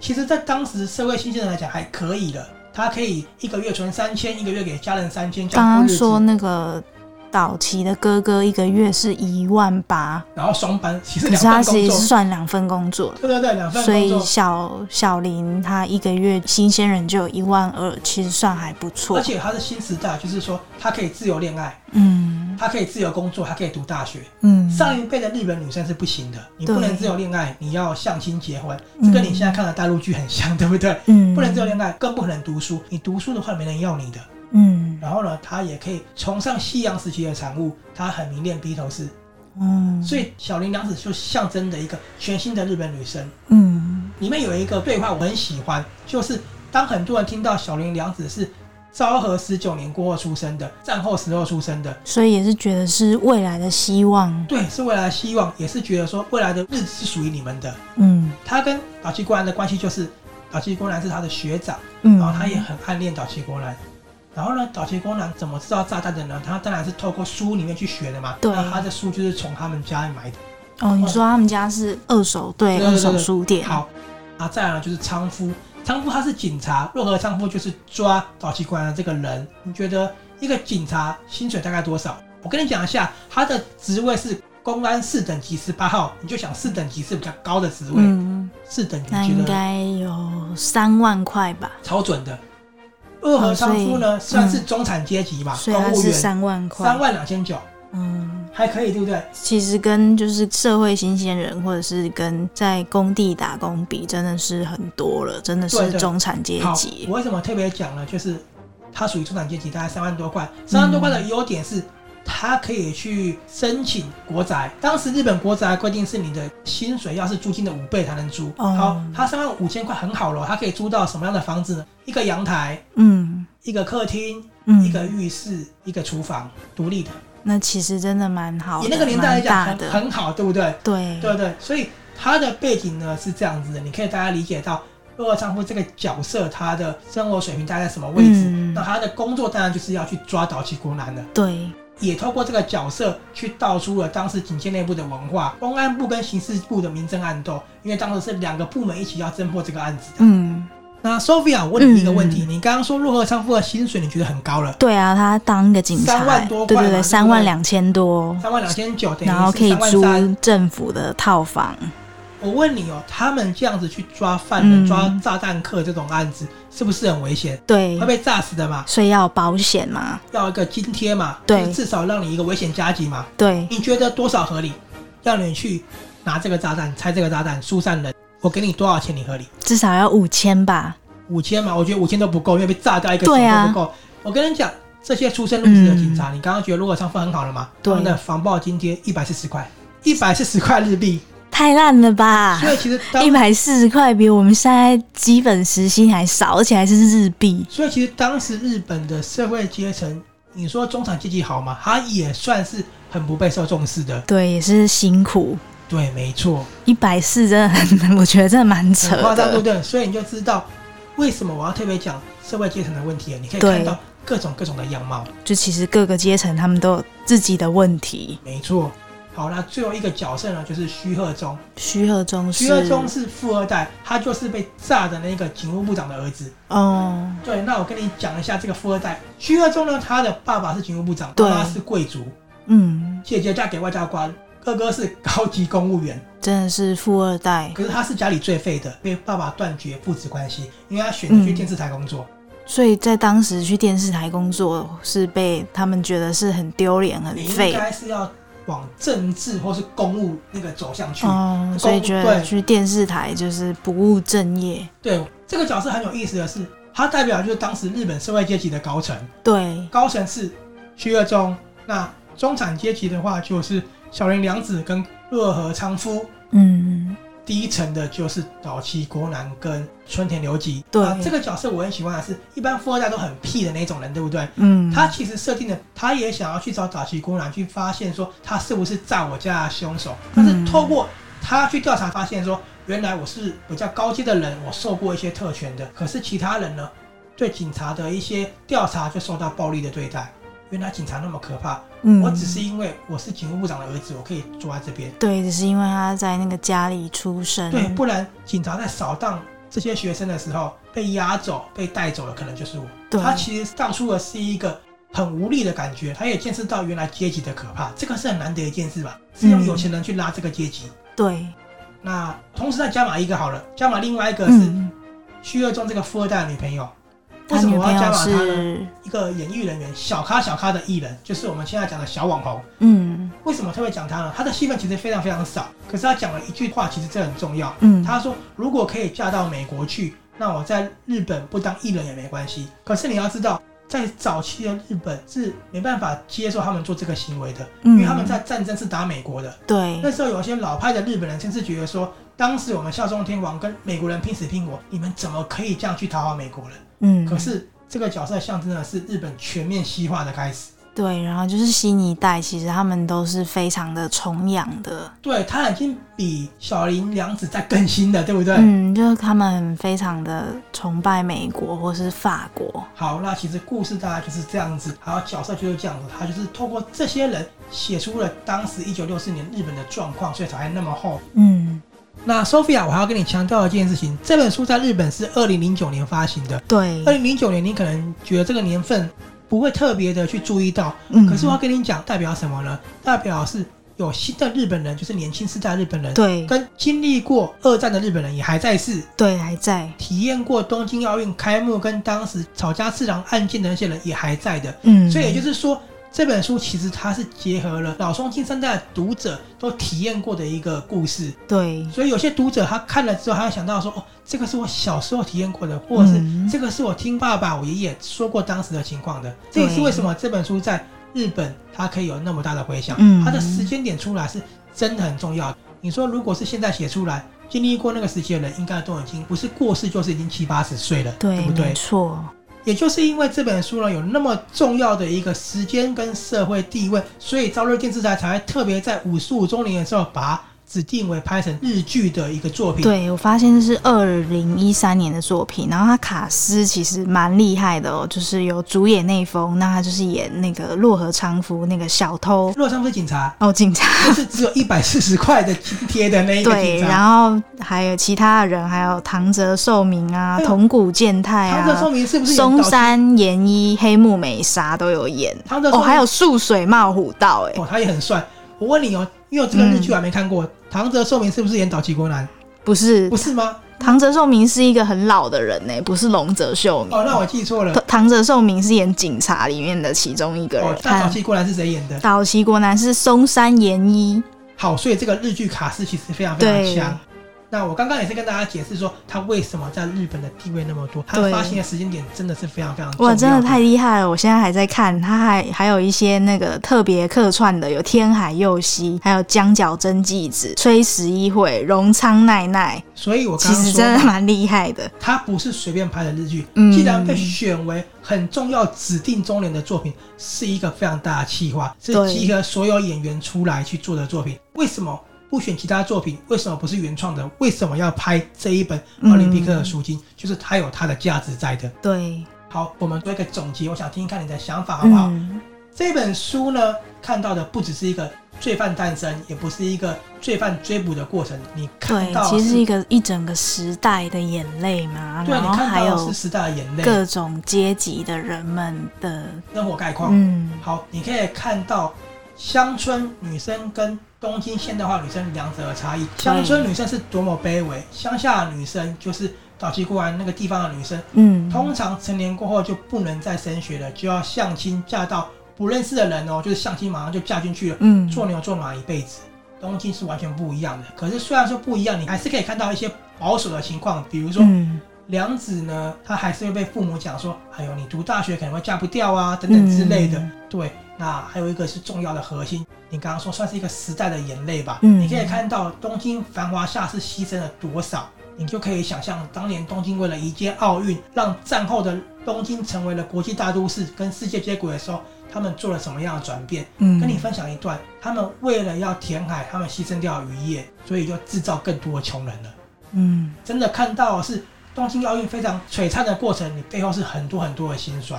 A: 其实，在当时社会新鲜人来讲还可以了，他可以一个月存三千，一个月给家人三千，这
B: 刚
A: 样过
B: 刚
A: 日
B: 说
A: 子，
B: 那个岛崎的哥哥一个月是一万八，
A: 然后双班，其实
B: 可
A: 两
B: 是他
A: 份
B: 其
A: 工
B: 实是
A: 作，
B: 算两份工作了。
A: 对对对，两份
B: 所
A: 工
B: 以
A: 作，
B: 小小林他一个月新鲜人就有一万二，其实算还不错
A: 而。且他是新时代，就是说他可以自由恋爱，
B: 嗯
A: 他可以自由工作，他可以读大学。
B: 嗯，
A: 上一辈的日本女生是不行的，你不
B: 对
A: 能自由恋爱，你要相亲结婚，
B: 嗯
A: 这跟你现在看的大陆剧很像， 对不对？
B: 嗯
A: 不能自由恋爱，更不可能读书，你读书的话没人要你的。
B: 嗯
A: 然后呢，他也可以崇尚西洋时期的产物，他很迷恋披头士，
B: 嗯，
A: 所
B: 以
A: 以小林良子就象征着一个全新的日本女生。
B: 嗯
A: 里面有一个对话我很喜欢，就是当很多人听到小林良子是昭和十九年过后出生的，战后时候出生的，
B: 所以也是觉得是未来的希望。
A: 对，是未来的希望，也是觉得说未来的日子是属于你们的。
B: 嗯
A: 他跟岛崎国男的关系就是，岛崎国男是他的学长。
B: 嗯，
A: 然哦后他也很暗恋岛崎国男。然后呢，岛崎国男怎么制造炸弹的呢？他当然是透过书里面去学的嘛。
B: 对
A: 那他的书就是从他们家里买的。
B: 哦，你说他们家是二手对
A: 对对
B: 二
A: 对
B: 手书店，
A: 好，啊，再来呢就是仓夫，仓夫他是警察，若何仓夫就是抓岛崎国男的这个人。你觉得一个警察薪水大概多少？我跟你讲一下，他的职位是公安四等级十八号，你就想四等级是比较高的职位，
B: 嗯，
A: 四等级
B: 那
A: 你
B: 应
A: 觉得
B: 该有三万块吧，
A: 超准的。若何
B: 哦所
A: 仓
B: 以
A: 夫呢，算是
B: 嗯
A: 中产阶级吧，
B: 所以
A: 公
B: 他
A: 务
B: 是
A: 员。
B: 三万块，
A: 三，万两千九，
B: 嗯，
A: 还可以，对不对？
B: 其实跟就是社会新鲜人或者是跟在工地打工比，真的是很多了，真的
A: 对
B: 是
A: 对
B: 中产阶
A: 好，
B: 级，
A: 我为什么特别讲呢？就是它属于中产阶级，大概三万多块。三万多块的优点是，它可以去申请国宅。当时日本国宅规定是你的薪水要是租金的五倍才能租。
B: 哦
A: 好，它三万五千块很好了，它可以租到什么样的房子呢？一个阳台，
B: 嗯
A: 一个客厅，一个
B: 嗯，
A: 浴室，一个厨房，独立的。
B: 那其实真的蛮好
A: 以
B: 的，
A: 那个年代来
B: 蛮
A: 讲，
B: 大
A: 很
B: 的，
A: 很好，对不对？
B: 对，
A: 对对，所以他的背景呢是这样子的，你可以大家理解到洛克丈夫这个角色他的生活水平大概在什么位置，
B: 嗯
A: 那他的工作当然就是要去抓岛崎国男的，
B: 对，
A: 也透过这个角色去道出了当时警界内部的文化，公安部跟刑事部的明争暗斗，因为当时是两个部门一起要侦破这个案子的。
B: 嗯
A: 那 Sophia，我问你一个问题，你刚刚说陆和昌付的薪水你觉得很高了，
B: 对啊，他当一个警察，
A: 三万多块
B: 对
A: 嘛
B: 对
A: 对
B: 对，
A: 不对
B: 三万两千多，
A: 三万两千九等于
B: 然后可
A: 是
B: 以
A: 三万
B: 租
A: 三。
B: 政府的套房，
A: 我问你哦，他们这样子去抓犯人、
B: 嗯
A: 抓炸弹客这种案子，是不是很危险？
B: 对
A: 会，被炸死的嘛，
B: 所以要有保险嘛，
A: 要一个津贴嘛，
B: 对
A: 就是至少让你一个危险加急嘛。
B: 对，
A: 你觉得多少合理？让你去拿这个炸弹、拆这个炸弹、疏散人，我给你多少钱你合理？
B: 至少要五千吧，
A: 五千嘛，我觉得五千都不够，因为被炸掉一个
B: 对
A: 钱
B: 啊嗯
A: 都不够。我跟你讲，这些出身入职的警察，你刚刚觉得如果上分很好了嘛，他
B: 对
A: 们的防爆津贴一百四十块，一百四十块日币，
B: 太烂了吧！
A: 所以其实当
B: 一百四十块比我们现在基本时薪还少，而且还是日币。
A: 所以其实当时日本的社会阶层，你说中产阶级好吗？他也算是很不备受重视的。
B: 对，也是辛苦。
A: 对，没错，
B: 一百四真的很， 我觉得真的蛮扯
A: 很夸张，对不
B: 的。
A: 对？所以你就知道为什么我要特别讲社会阶层的问题了。你可以
B: 对
A: 看到各种各种的样貌。
B: 就其实各个阶层他们都有自己的问题。
A: 没错。好，那最后一个角色呢，就是须贺忠。
B: 徐和中是
A: 徐贺忠是富二代，他就是被炸的那个警务部长的儿子。
B: 哦，
A: 对，那我跟你讲一下这个富二代徐贺忠呢，他的爸爸是警务部长，妈
B: 对
A: 妈是贵族，
B: 嗯，
A: 姐姐嫁给外交官，哥哥是高级公务员。
B: 真的是富二代，
A: 可是他是家里最废的，被爸爸断绝父子关系，因为他选择去
B: 嗯
A: 电视台工作。
B: 所以在当时去电视台工作是被他们觉得是很丢脸、很
A: 你应
B: 废
A: 该是要往政治或是公务那个走向去。
B: 哦，所以觉
A: 对
B: 得去电视台就是不务正业。
A: 对，这个角色很有意思的是，他代表就是当时日本社会阶级的高层。
B: 对，
A: 高层是须贺忠，那中产阶级的话就是小林良子跟若和昌夫，
B: 嗯，
A: 低层的就是早期国男跟春田留吉。
B: 对
A: 啊这个角色我很喜欢的是，一般富二代都很屁的那种人，对不对？
B: 嗯，
A: 他其实设定的，他也想要去找早期公然去发现说他是不是炸我家的凶手，但
B: 嗯
A: 是透过他去调查发现说，原来我是比较高阶的人，我受过一些特权的，可是其他人呢，对警察的一些调查就受到暴力的对待。原来警察那么可怕，
B: 嗯
A: 我只是因为我是警务部长的儿子，我可以坐在这边。
B: 对，只是因为他在那个家里出生，
A: 对，不然警察在扫荡这些学生的时候被押走、被带走的，可能就是我。
B: 对
A: 他其实当初的是一个很无力的感觉，他也见识到原来阶级的可怕，这个是很难得一件事吧？
B: 嗯
A: 是用有钱人去拉这个阶级。
B: 对，
A: 那同时再加码一个好了，加码另外一个是
B: 嗯，
A: 徐二中这个富二代的女朋友。为
B: 他
A: 什
B: 女
A: 么我
B: 朋
A: 要加
B: 友
A: 码他呢？
B: 是，
A: 一个演艺人员，小咖小咖的艺人，就是我们现在讲的小网红。
B: 嗯
A: 为什么特别讲他呢？他的戏份其实非常非常少，可是他讲了一句话，其实这很重要。
B: 嗯，
A: 他说，如果可以嫁到美国去，那我在日本不当艺人也没关系。可是你要知道，在早期的日本是没办法接受他们做这个行为的，因为他们在战争是打美国的。
B: 嗯对
A: 那时候有些老派的日本人甚至觉得说，当时我们效忠天皇跟美国人拼死拼活，你们怎么可以这样去讨好美国人？
B: 嗯，
A: 可是这个角色象征的是日本全面西化的开始。
B: 对，然后就是新一代，其实他们都是非常的崇洋的，
A: 对他已经比小林良子在更新了，对不对？
B: 嗯，就是他们非常的崇拜美国或是法国，
A: 好，那其实故事大概就是这样子，还有角色就是这样子，他就是透过这些人写出了当时一九六四年日本的状况，所以才会那么厚。
B: 嗯，
A: 那 Sophia，我还要跟你强调一件事情，这本书在日本是二零零九年发行的。
B: 对
A: 二，零零九年，你可能觉得这个年份不会特别的去注意到，
B: 嗯，
A: 可是我要跟你讲，代表什么呢？代表是有新的日本人，就是年轻世代日本人，
B: 对
A: 跟经历过二战的日本人也还在世，
B: 对还在，
A: 体验过东京奥运开幕跟当时草加次郎案件的那些人也还在的，
B: 嗯，
A: 所以也就是说，这本书其实它是结合了老双亲三代的读者都体验过的一个故事，
B: 对，
A: 所以有些读者他看了之后，他会想到说，哦，这个是我小时候体验过的，或者是
B: 嗯
A: 这个是我听爸爸、我爷爷说过当时的情况的，这也是
B: 对
A: 为什么这本书在日本它可以有那么大的回响，
B: 嗯
A: 它的时间点出来是真的很重要。你说如果是现在写出来，经历过那个时期的人，应该都已经不是过世，就是已经七八十岁了，
B: 对，
A: 不对
B: 没？错，
A: 也就是因为这本书呢有那么重要的一个时间跟社会地位，所以朝日电视台才会特别在五十五周年的时候把它指定为拍成日剧的一个作品。
B: 对，我发现这是二零一三年的作品，然后他卡斯其实蛮厉害的哦，就是有主演内丰，那他就是演那个洛河昌夫那个小偷
A: 洛杉矶警察
B: 哦，警察。
A: 就是只有一百四十块的津贴的那一个
B: 对，
A: 警察。
B: 然后还有其他的人，还有唐泽寿明啊、
A: 哎呦
B: 桐谷健太
A: 唐泽
B: 啊
A: 寿、明是不是演
B: 松
A: 岛
B: 山研一、黑木美沙都有演。
A: 唐泽寿
B: 哦，
A: 明
B: 还有素水茂虎道、哎、
A: 哦，他也很帅。我问你哦，因为我这个日剧我还没看过，
B: 嗯
A: 唐泽寿明是不是演岛崎国男？
B: 不是
A: 不，是吗？
B: 唐泽寿明是一个很老的人呢、哎不是龙泽秀明。
A: 哦，那我记错了。
B: 唐唐泽寿明是演警察里面的其中一个人
A: 哦，。那岛
B: 看
A: 崎国男是谁演的？
B: 岛崎国男是松山研一，
A: 好，所以这个日剧卡斯其实非常非
B: 对
A: 常强。那我刚刚也是跟大家解释说，他为什么在日本的地位那么多，他
B: 对
A: 发行的时间点真的是非常非常重要
B: 哇，真的太厉害了！我现在还在看，他还还有一些那个特别客串的，有天海佑希，还有江角真纪子、崔十一惠、荣仓奈奈，
A: 所以我刚
B: 其
A: 刚
B: 实
A: 说
B: 真的
A: 嘛，
B: 蛮厉害的。
A: 他不是随便拍的日剧，
B: 嗯
A: 既然被选为很重要指定周年的作品，是一个非常大的企划，是
B: 对
A: 集合所有演员出来去做的作品。为什么不选其他作品？为什么不是原创的？为什么要拍这一本
B: 嗯
A: 奥林匹克的赎金？就是它有它的价值在的。
B: 对，
A: 好，我们做一个总结，我想听听看你的想法，好不好？
B: 嗯，
A: 这本书呢，看到的不只是一个罪犯诞生，也不是一个罪犯追捕的过程，你看
B: 对
A: 到，
B: 其
A: 的
B: 实
A: 是
B: 是一个一整个时代的眼泪嘛，
A: 对，
B: 然
A: 你
B: 后还
A: 看到的
B: 有
A: 是时代的眼泪，
B: 各种阶级的人们的，
A: 生活概况。
B: 嗯，
A: 好，你可以看到乡村女生跟东京现代化女生两者的差异。乡村女生是多么卑微，乡下的女生就是早期过来那个地方的女生，
B: 嗯，
A: 通常成年过后就不能再升学了，就要相亲嫁到不认识的人哦，就是相亲马上就嫁进去了。
B: 嗯，
A: 做牛做马一辈子。东京是完全不一样的，可是虽然说不一样，你还是可以看到一些保守的情况，比如说
B: 嗯，
A: 良子呢，他还是会被父母讲说，哎呦，你读大学可能会嫁不掉啊，等等之类的。
B: 嗯
A: 对，那还有一个是重要的核心，你刚刚说算是一个时代的眼泪吧。
B: 嗯
A: 你可以看到东京繁华下是牺牲了多少，你就可以想象当年东京为了一届奥运，让战后的东京成为了国际大都市，跟世界接轨的时候，他们做了什么样的转变？
B: 嗯，
A: 跟你分享一段，他们为了要填海，他们牺牲掉渔业，所以就制造更多的穷人了。
B: 嗯，
A: 真的看到的是东京奥运非常璀璨的过程，你背后是很多很多的辛酸。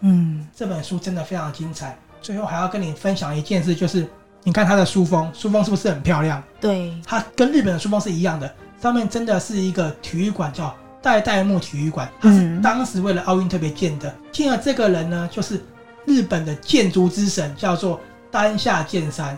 B: 嗯，
A: 这本书真的非常精彩。最后还要跟你分享一件事，就是你看它的书封，书封是不是很漂亮？
B: 对，
A: 它跟日本的书封是一样的，上面真的是一个体育馆，叫代代木体育馆，它是
B: 嗯
A: 当时为了奥运特别建的。进了这个人呢，就是日本的建筑之神，叫做丹下健三。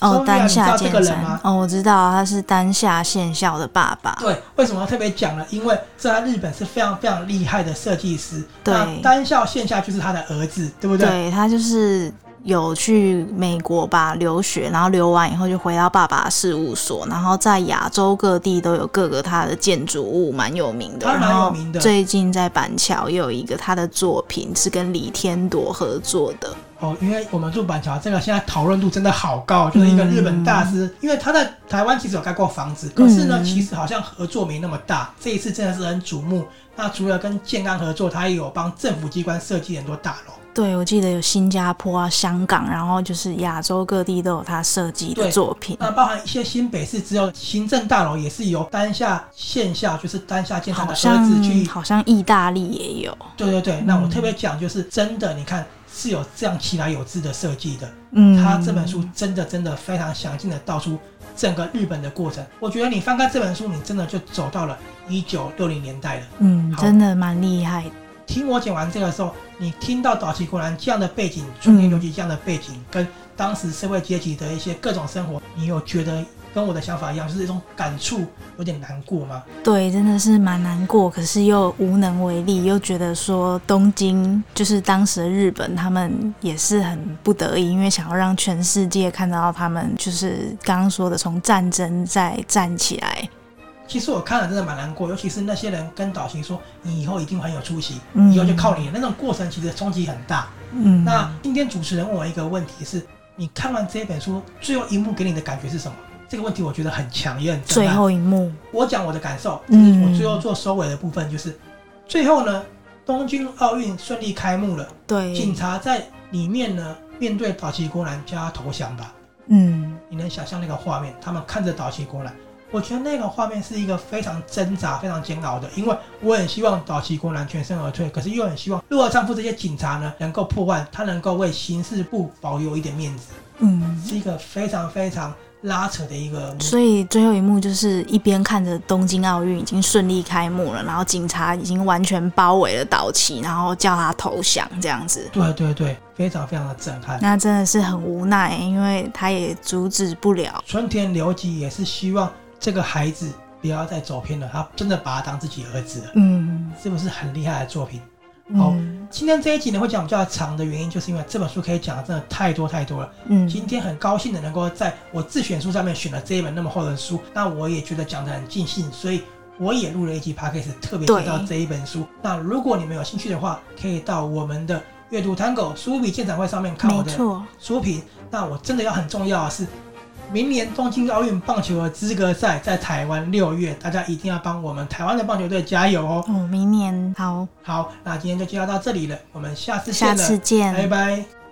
B: 哦，
A: Sonia，
B: 丹
A: 你知道
B: 下
A: 这
B: 健
A: 个人吗
B: 三，哦，我知道他是丹下宪孝的爸爸，
A: 对，为什么要特别讲呢？因为这在日本是非常非常厉害的设计师。
B: 对
A: 那单校线下就是他的儿子，对不对？
B: 对他就是有去美国吧留学，然后留完以后就回到爸爸事务所，然后在亚洲各地都有各个他的建筑物蛮有名的，
A: 他蛮
B: 然后
A: 有名的
B: 最近在板桥也有一个他的作品是跟李天铎合作的，
A: 哦，因为我们住板桥，这个现在讨论度真的好高，就是一个日本大师。因为他在台湾其实有盖过房子，可是呢，
B: 嗯
A: 其实好像合作没那么大。这一次真的是很瞩目。那除了跟建安合作，他也有帮政府机关设计很多大楼。
B: 对，我记得有新加坡啊、香港，然后就是亚洲各地都有他设计
A: 对
B: 的作品。
A: 那包含一些新北市之后，行政大楼也是由丹下线下，就是丹下健三的
B: 好
A: 儿
B: 像
A: 子去
B: 好像意大利也有，
A: 对对对，那我特别讲就是真的，你看是有这样其来有志的设计的。
B: 嗯，
A: 他这本书真的真的非常详尽的道出整个日本的过程。我觉得你翻开这本书，你真的就走到了一九六零年代了。
B: 嗯
A: 好
B: 真的蛮厉害的。
A: 听我讲完这个时候，你听到岛崎国男这样的背景，中年留级这样的背景，跟当时社会阶级的一些各种生活，你有觉得跟我的想法一样，就是一种感触，有点难过吗？
B: 对，真的是蛮难过，可是又无能为力，又觉得说东京就是当时的日本，他们也是很不得已，因为想要让全世界看到他们，就是刚刚说的从战争再站起来。
A: 其实我看了真的蛮难过，尤其是那些人跟岛崎说你以后一定很有出息，
B: 嗯
A: 以后就靠你了，那种过程其实冲击很大。
B: 嗯，
A: 那今天主持人问我一个问题是：你看完这本书最后一幕给你的感觉是什么？这个问题我觉得很强也很震
B: 最
A: 撼。
B: 后一幕，
A: 我讲我的感受，就是
B: 嗯
A: 我最后做收尾的部分就是，最后呢，东京奥运顺利开幕了，
B: 对，
A: 警察在里面呢面对岛崎国男叫他投降吧。
B: 嗯
A: 你能想象那个画面，他们看着岛崎国男，我觉得那个画面是一个非常挣扎、非常煎熬的，因为我很希望岛崎国男全身而退，可是又很希望陆和丈夫这些警察呢能够破案，他能够为刑事部保留一点面子，
B: 嗯，
A: 是一个非常非常拉扯的一个。
B: 所以最后一幕就是一边看着东京奥运已经顺利开幕了，然后警察已经完全包围了岛崎，然后叫他投降这样子。
A: 对对对，非常非常的震撼。
B: 那真的是很无奈，因为他也阻止不了。
A: 春田流吉也是希望这个孩子不要再走偏了，他真的把他当自己儿子了，
B: 嗯，
A: 是不是很厉害的作品？好
B: 嗯
A: 今天这一集呢会讲比较长的原因，就是因为这本书可以讲的真的太多太多了。
B: 嗯
A: 今天很高兴的能够在我自选书上面选了这一本那么厚的书，那我也觉得讲得很尽兴，所以我也录了一集 podcast 特别提到
B: 对
A: 这一本书。那如果你们有兴趣的话，可以到我们的阅读 Tango 书笔鉴赏会上面看我
B: 没
A: 的
B: 错，
A: 书评。那我真的要很重要的是，明年东京奥运棒球的资格赛在台湾六月，大家一定要帮我们台湾的棒球队加油哦！
B: 哦，明年好，
A: 好，那今天就介绍到这里了，我们下次
B: 下
A: 见了，哎
B: 次见，
A: 拜拜。